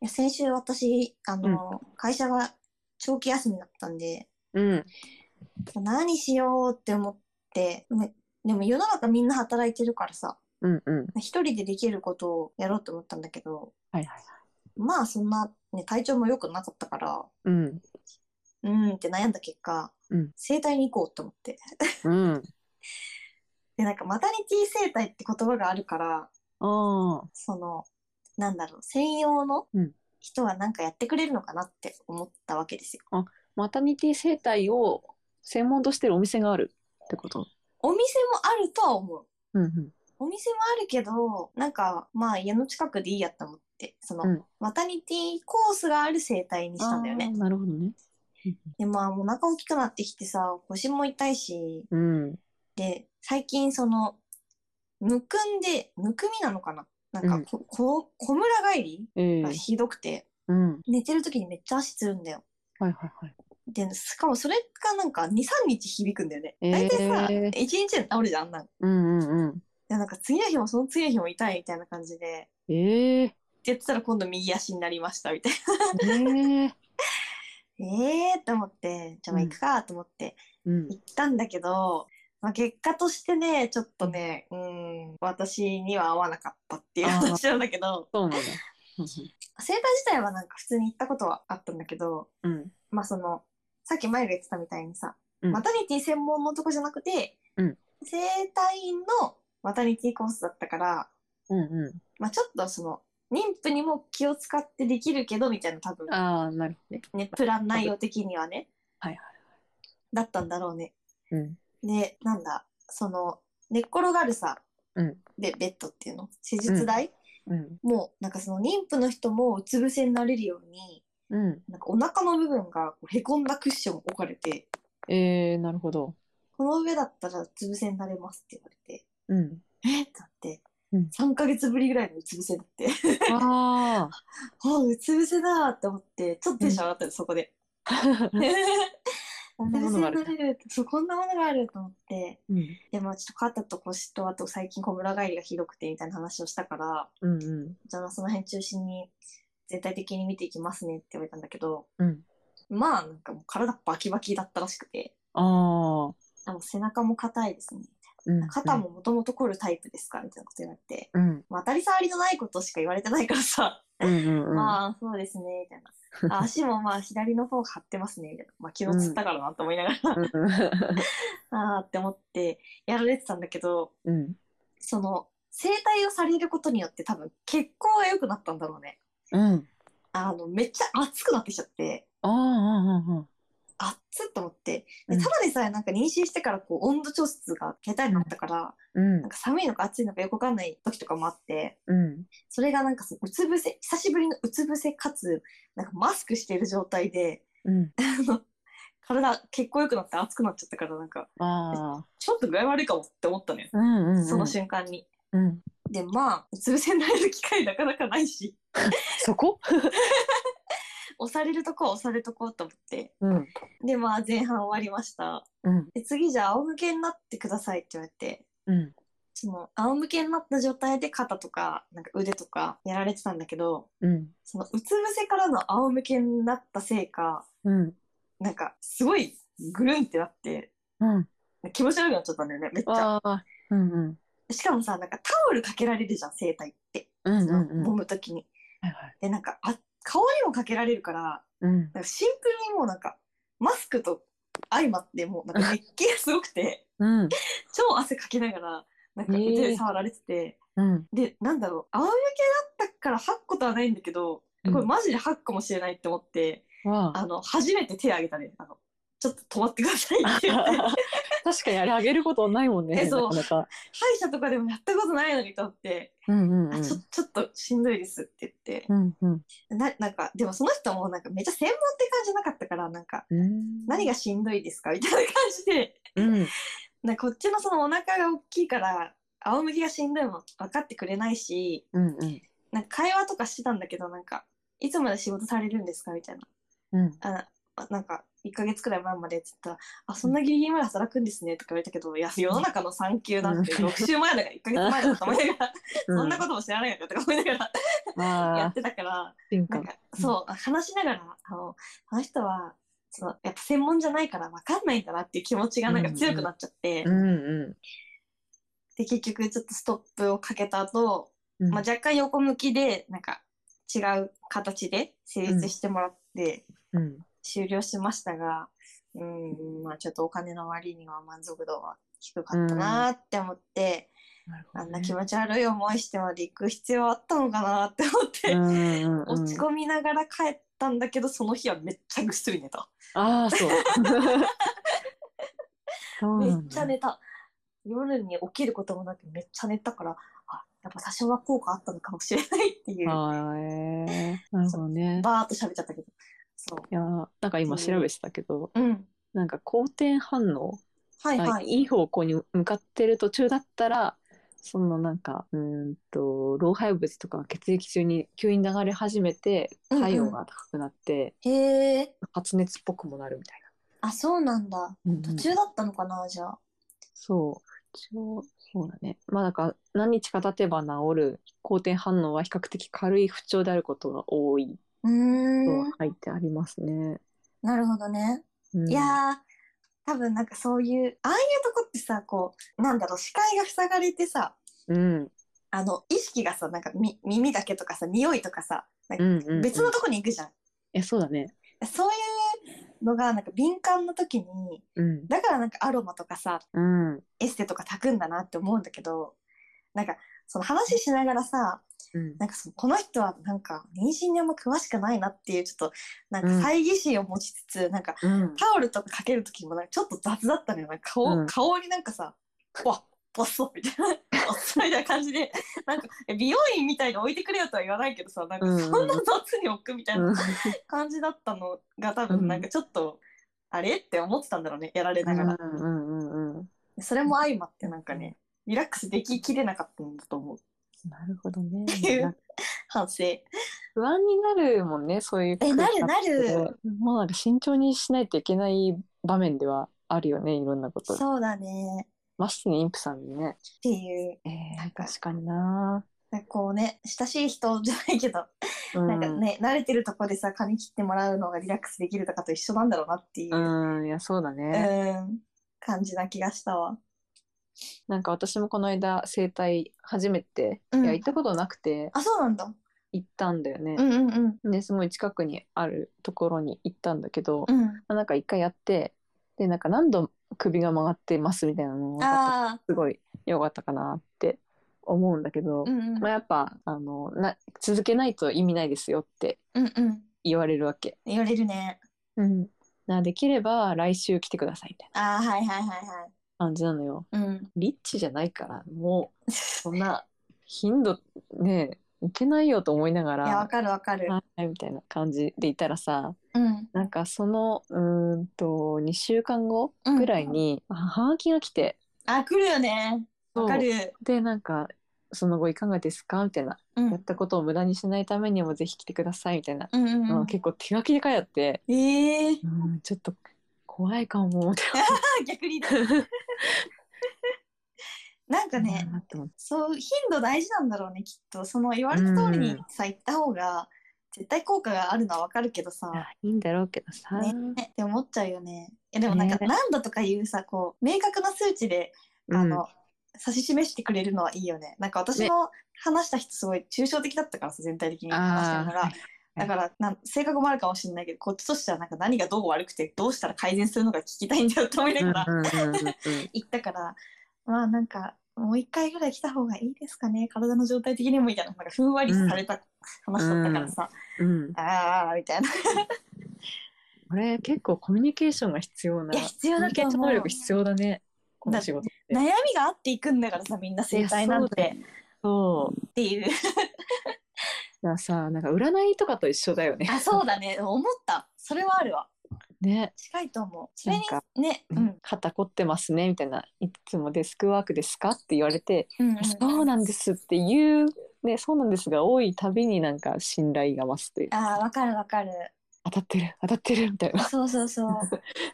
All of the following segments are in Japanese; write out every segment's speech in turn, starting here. や先週私、あの、会社が長期休みだったんで、うん。何しようって思って、ねでも世の中みんな働いてるからさ、うんうん。一人でできることをやろうと思ったんだけど、はいはい。まあそんな、ね、体調も良くなかったから、うん。うーんって悩んだ結果、うん整体に行こうと思って。うん。で、なんかマタニティ整体って言葉があるから、ああ。その、なんだろう、専用のうん人はなんかやってくれるのかなって思ったわけですよ。マタニティ生態を専門としてるお店があるってことお店もあるとは思う。うんうん。お店もあるけど、なんか、まあ家の近くでいいやと思って、その、うんマタニティコースがある整体にしたんだよあねー。なるほどね。で、まあもうお腹大きくなってきてさ、腰も痛いし、うん。で、最近その、むくんで、むくみなのかななんかこ、こ、小村帰りええがひどくて、うん。寝てる時にめっちゃ足つるんだよ。はいはいはい。で、しかもそれがなんか2、3日響くんだよね。えー大体さ、1日で治るじゃん、あんなん。うんうんうん。で、なんか次の日もその次の日も痛いみたいな感じで。ええって言ってたら今度右足になりました、みたいええな。えーって思って、じゃあまあうん行くかと思ってうん。行ったんだけど、まあ結果としてね、ちょっとね、うーん、私には合わなかったっていう話なんだけど、そうなんだ。整体自体はなんか普通に行ったことはあったんだけど、うん。まあその、さっき前が言ってたみたいにさ、うんマタニティ専門のとこじゃなくて、うん生体院のマタニティコースだったから、うんうまあちょっとその、妊婦にも気を使ってできるけど、みたいな多分ん。、ああ、なるほどね。ね、プラン内容的にはね、はいはいだったんだろうね。はい。うん。で、なんだ、その、寝っ転がるさ、うんで、ベッドっていうの施術台、うん。もう、なんかその妊婦の人もうつ伏せになれるように、うん。なんかお腹の部分がこうへこんだクッション置かれて、ええなるほど。この上だったらうつ伏せになれますって言われて、うん。えっってなって、うん3ヶ月ぶりぐらいのうつ伏せだって、 あああ、うつ伏せだーって思って、ちょっとテンション上がったの、そこ で。 あ。うつこんなも伏せにのがなある。れるそう、こんなものがあると思って、うん。でもちょっと肩と腰と、あと最近小村帰りがひどくてみたいな話をしたから、うんうじゃあその辺中心に全体的に見ていきますねって言われたんだけど、ん。うん。まあなんかもう体バキバキだったらしくて、ああ。あの背中も硬いですね。うん肩。ももともと凝るタイプですかみたいなこと言われて、うん。まあ当たり障りのないことしか言われてないからさ、うんうんうん。まあそうですね、みたい な。あ足もまあ左の方が張ってますね、みたいな。まあ昨日釣ったからなと思いなが ら、ああって思ってやられてたんだけど、うん。その、整体をされることによって多分血行が良くなったんだろうね。うん。あの、めっちゃ熱くなってきちゃって、ああ、あ熱っと思って。うでんただでさえなんか妊娠してからこう温度調節が下手になったから、あ、うんなん。か寒いのか暑いのかよくわかんない時とかもあって、うん。それがなんかそのうつ伏せ、久しぶりのうつ伏せかつ、なんかマスクしてる状態で、うん。あの、体結構良くなって熱くなっちゃったからなんか、ああ。ちょっと具合悪いかもって思ったのよ。うんうん。その瞬間に。うん。で、まあ、うつ伏せになれる機会なかなかないし、そこ押されるとこは押されるとこと思って。うん。で、まあ、前半終わりました。うん。で、次じゃあ、仰向けになってくださいって言われて、うん。その、仰向けになった状態で肩とか、なんか腕とかやられてたんだけど、うん。その、うつ伏せからの仰向けになったせいか、うん。なんか、すごい、ぐるんってなって、うん。気持ち悪くなっちゃったんだよね、めっちゃ。ああ。うんうん。しかもさ、なんかタオルかけられるじゃん、整体って。うんそのうんうん。揉むときに。はいはい。で、なんか、あ、顔にもかけられるから、うん。なんかシンプルにもうなんか、マスクと相まって、もうなんか熱気がすごくて、うん。 超汗かきながら、なんかへー腕で触られてて、うん。で、なんだろう、仰向けだったから吐くことはないんだけど、うんこれマジで吐くかもしれないって思って、わあ。あの、初めて手挙げたね。あの、ちょっと止まってくださいって 言って、確かにあれあげることないもんね。なかなか。歯医者とかでもやったことないのにと思って、うんうんうあんちょ、。ちょっとしんどいですって言って、うんうん。な、なんか、でもその人もなんかめっちゃ専門って感じじゃなかったから、なんか、うん。何がしんどいですかみたいな感じで、うん。なんかこっちのそのお腹が大きいから、仰向けがしんどいも分かってくれないし、うんうん。なんか会話とかしてたんだけど、なんか、いつまで仕事されるんですかみたいな。うん。ああなんか、1ヶ月くらい前までって言ったら、あ、そんなギリギリまで働くんですねとか言われたけど、いや、世の中の産休なんてう ん6週前だから1ヶ月前だと思いながら、そんなことも知らないのかとか思いながら、やっああ、てたから、進な化ん。か、そう、話しながら、あの、あの人は、その、やっぱ専門じゃないから分かんないんだなっていう気持ちがなんか強くなっちゃって、うんうで、結局ちょっとストップをかけた後、ん。まあ、若干横向きで、なんか、違う形で成立してもらって、うん、終了しましたが、うん、まあちょっとお金の割には満足度は低かったなーって思って、なるほあどんねな気持ち悪い思いしてまで行く必要あったのかなって思って、うんうんうん落ち込みながら帰ったんだけど、その日はめっちゃぐっすり寝た。あ あ、そう。そうめなっんちゃだ。寝た。夜に起きることもなくめっちゃ寝たから、あ、やっぱ多少は効果あったのかもしれないっていう、バああ、えー、なるほどね。ーっと喋っちゃったけど。そいやー、なんか今調べてたけど、う。うん。なんか好転反応、はいは、はいい。いい方向に向かってる途中だったら、そのなんか、うーんと、老廃物とかが血液中に急に流れ始めて、うんうん体温が高くなって、へえ。発熱っぽくもなるみたいあ、そうなんだ。な。うんうん途中だったのかな、じゃあ。そう。一応、そうだね。まあ、なんか、何日か経てば治る好転反応は比較的軽い不調であることが多いうとーん。書いてありますね。なるほどね。うんいやー、多分なんかそういう、ああいうとこってさ、こう、なんだろう、視界が塞がれてさ、うん。あの、意識がさ、なんかみ耳だけとかさ、匂いとかさ、なんうかんうんうん。別のとこに行くじゃん。え、そうだね。そういうのがなんか敏感な時に、うん。だからなんかアロマとかさ、うん。エステとか炊くんだなって思うんだけど、なんかその話しながらさ、うん。なんかそのこの人はなんか妊娠にあんま詳しくないなっていうちょっとなんか猜疑心を持ちつつ、なんかうん。タオルとかかける時もなんかちょっと雑だったのよ。なんか顔、うん顔になんかさ、ポッ、ポッソみたいな、 ポッソみたいな感じで、なんかえ美容院みたいに置いてくれよとは言わないけどさ、なんかうんうんそんな雑に置くみたいな感じだったのが多うん分なんかちょっと、あれって思ってたんだろうね、やられながら。うんうんうんうん。それも相まってなんかね、リラックスでききれなかったんだと思う。なるほどね。いう反省。不安になるもんね、そういう。えなるなる。もうなんか慎重にしないといけない場面ではあるよね、いろんなこと。そうだね。ましてに妊婦さんにね。っていう、えー、確かにな。なんかこうね、親しい人じゃないけど、うんなんかね、慣れてるとこでさ、髪切ってもらうのがリラックスできるとかと一緒なんだろうなっていう、うん、うん、いや、そうだね。感じな気がしたわ。なんか私もこの間、整体初めて、うんいや、行ったことなくて、あ、そうなんだ。行ったんだよねう。んうんうん。で、すごい近くにあるところに行ったんだけど、うん。まあなんか一回やって、で、なんか何度首が曲がってますみたいなのが、ああ、すごい良かったかなって思うんだけど、うんうん。まあ、やっぱ、あの、な、続けないと意味ないですよってうんうん。言われるわけ。言われるね。うん。なできれば来週来てくださいみたいなああ、はいはいは感じなのよ。いはい。うん。リッチじゃないからもうそ んな頻度ねいけないよと思いながいや、わらかるわかる。はいみたいな感じでいたらさうん。なんかそのうーんと2週間後うんぐらいに母秋が来てあ、来るよね。わかる。でなんかその後いかがですかみたいなうん。うやっんたことを無駄にしないためにもぜひ来てくださいみたいな、うんのうがん。結構手書きで書いてあって、ええー。うん、ちょっと怖いかもってあ逆 にだ。なんか思ねっ、たなと思ってそう、頻度大事なんだろうね、きっと。その言われた通りにさ、行った方が、絶対効果があるのはわかるけどさ、あいいんだろうけどさ、ね、って思っちゃうよね。え、でもなんか、ね何度とかいうさ、こう、明確な数値で、あの、指し示してくれるのはいいよね。なんか私ねの話した人すごい抽象的だったからさ、全体的にうん、話してるのあが。だからなん、性格もあるかもしれないけど、こっちとしてはなんか何がどう悪くて、どうしたら改善するのか聞きたいんだよって思いながら、ーはいうんうんうんうん行ったから、まあなんか、もう一回ぐらい来た方がいいですかね、体の状態的にもみたいな、なんかふんわりされた話だったからさ、うん、ああ、みたいな。いこれ結構コミュニケーションが必要な。や、必要コミュだニケとーション思能う力。必要だね。この仕事って。悩みがあっていくんだからさ、みんな生態なんいやて、そう。っていう。だからさ、なんか占いとかと一緒だよ ね。あ、そうだね、思った。それはあるわ。ね。近いと思う。それになん、ね、うん。肩凝ってますねみたいな。いつもデスクワークですかって言われて、うん、そうなんですっていうね、そうなんですが多いたびになんか信頼が増すという。ああ、わかるわかる。当たってる当たってるみたいな。 そうそうそう。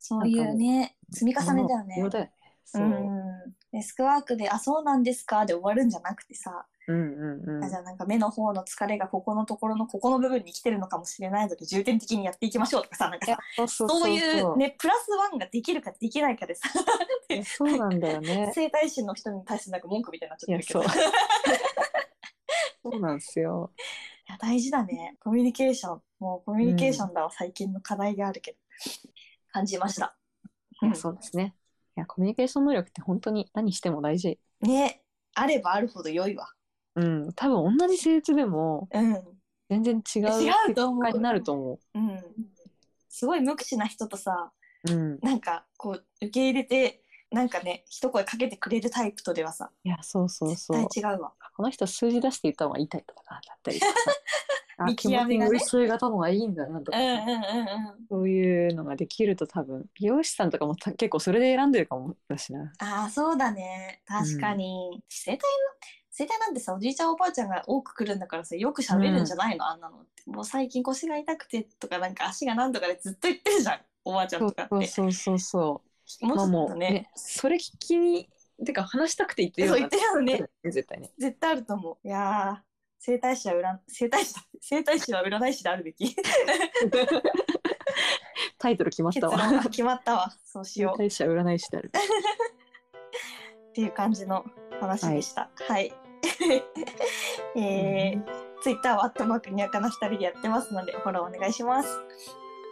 そういうね、積み重ねだよねそう。だよね。そうう。ん。デスクワークで、あ、そうなんですかで終わるんじゃなくてさ、うんうんうんあじ。ゃあなんか目の方の疲れがここのところのここの部分に来てるのかもしれないので重点的にやっていきましょうとかさ、なんかいやさ、そうそうそうそういうね、プラスワンができるかできないかでさ、 いやそうなんだよね。整体師の人に対してなんか文句みたいになっちゃってるけど。いいやや、そそうなんですよ。大事だね。コミュニケーション。もうコミュニケーションだわ、最近の課題であるけど。感じました。いうやそうですね。いや、コミュニケーション能力って本当に何しても大事。ん。ね。あればあるほど良いわ。うん。多分同じ性質でもうん。全然違う違結うと思う果になると思うん。すごい無口な人とさ、う。うん。なんかこう受け入れてなんかね一声かけてくれるタイプとではさいや、そうそう絶そう。対違うわこの人数字出して言った方がいいタイプだな、だったり とかさ。あ、見気極め持ちがねに寄り添い方の方がいいんだなとかさ。うんそういうのができると多分美容師さんとかもた結構それで選んでるかもだしな。ああそうだね確かに、生態の生態なんてさおじいちゃんおばあちゃんが多く来るんだからさよく喋るんじゃないの、あんなのってもう最近腰が痛くてとかなんか足がなんとかでずっと言ってるじゃんおばあちゃんそとうかってそうそうそもう。うちまあょもっとうね,、ね、それ聞きに、てか話したくて言ってるよそう言ってるよねね。絶対ね。絶対あると思ういやー生態師は占生態師だ生態師は占い師であるべきタイトル決ま っ結た論わ。が決まったわそうしよう大社占い師である。っていう感じの話でした。はい。 えー、ツイッターはアットマークにわかな二人でやってますので、フォローお願いします。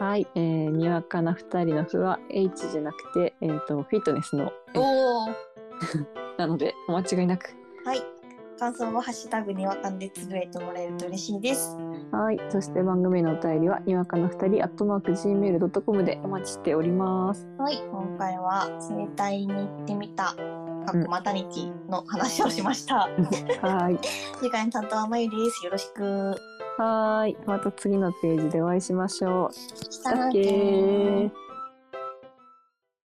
はい、えー、にわかな二人のふは H じゃなくて、えっ、と、フィットネスの、えおお。なので、お間違いなく。はい。感想はハッシュタグにわかんでつぶえてもらえると嬉しいです。はい、そして番組へのお便りは、にわかな二人、アットマーク Gmail.com でお待ちしており ます。はい。今回は生態に行ってみた。かっこマタニティの話をしました。はい。次回の担当はまゆです。よろしく。はい。また次のページでお会いしましょう。しただっけー。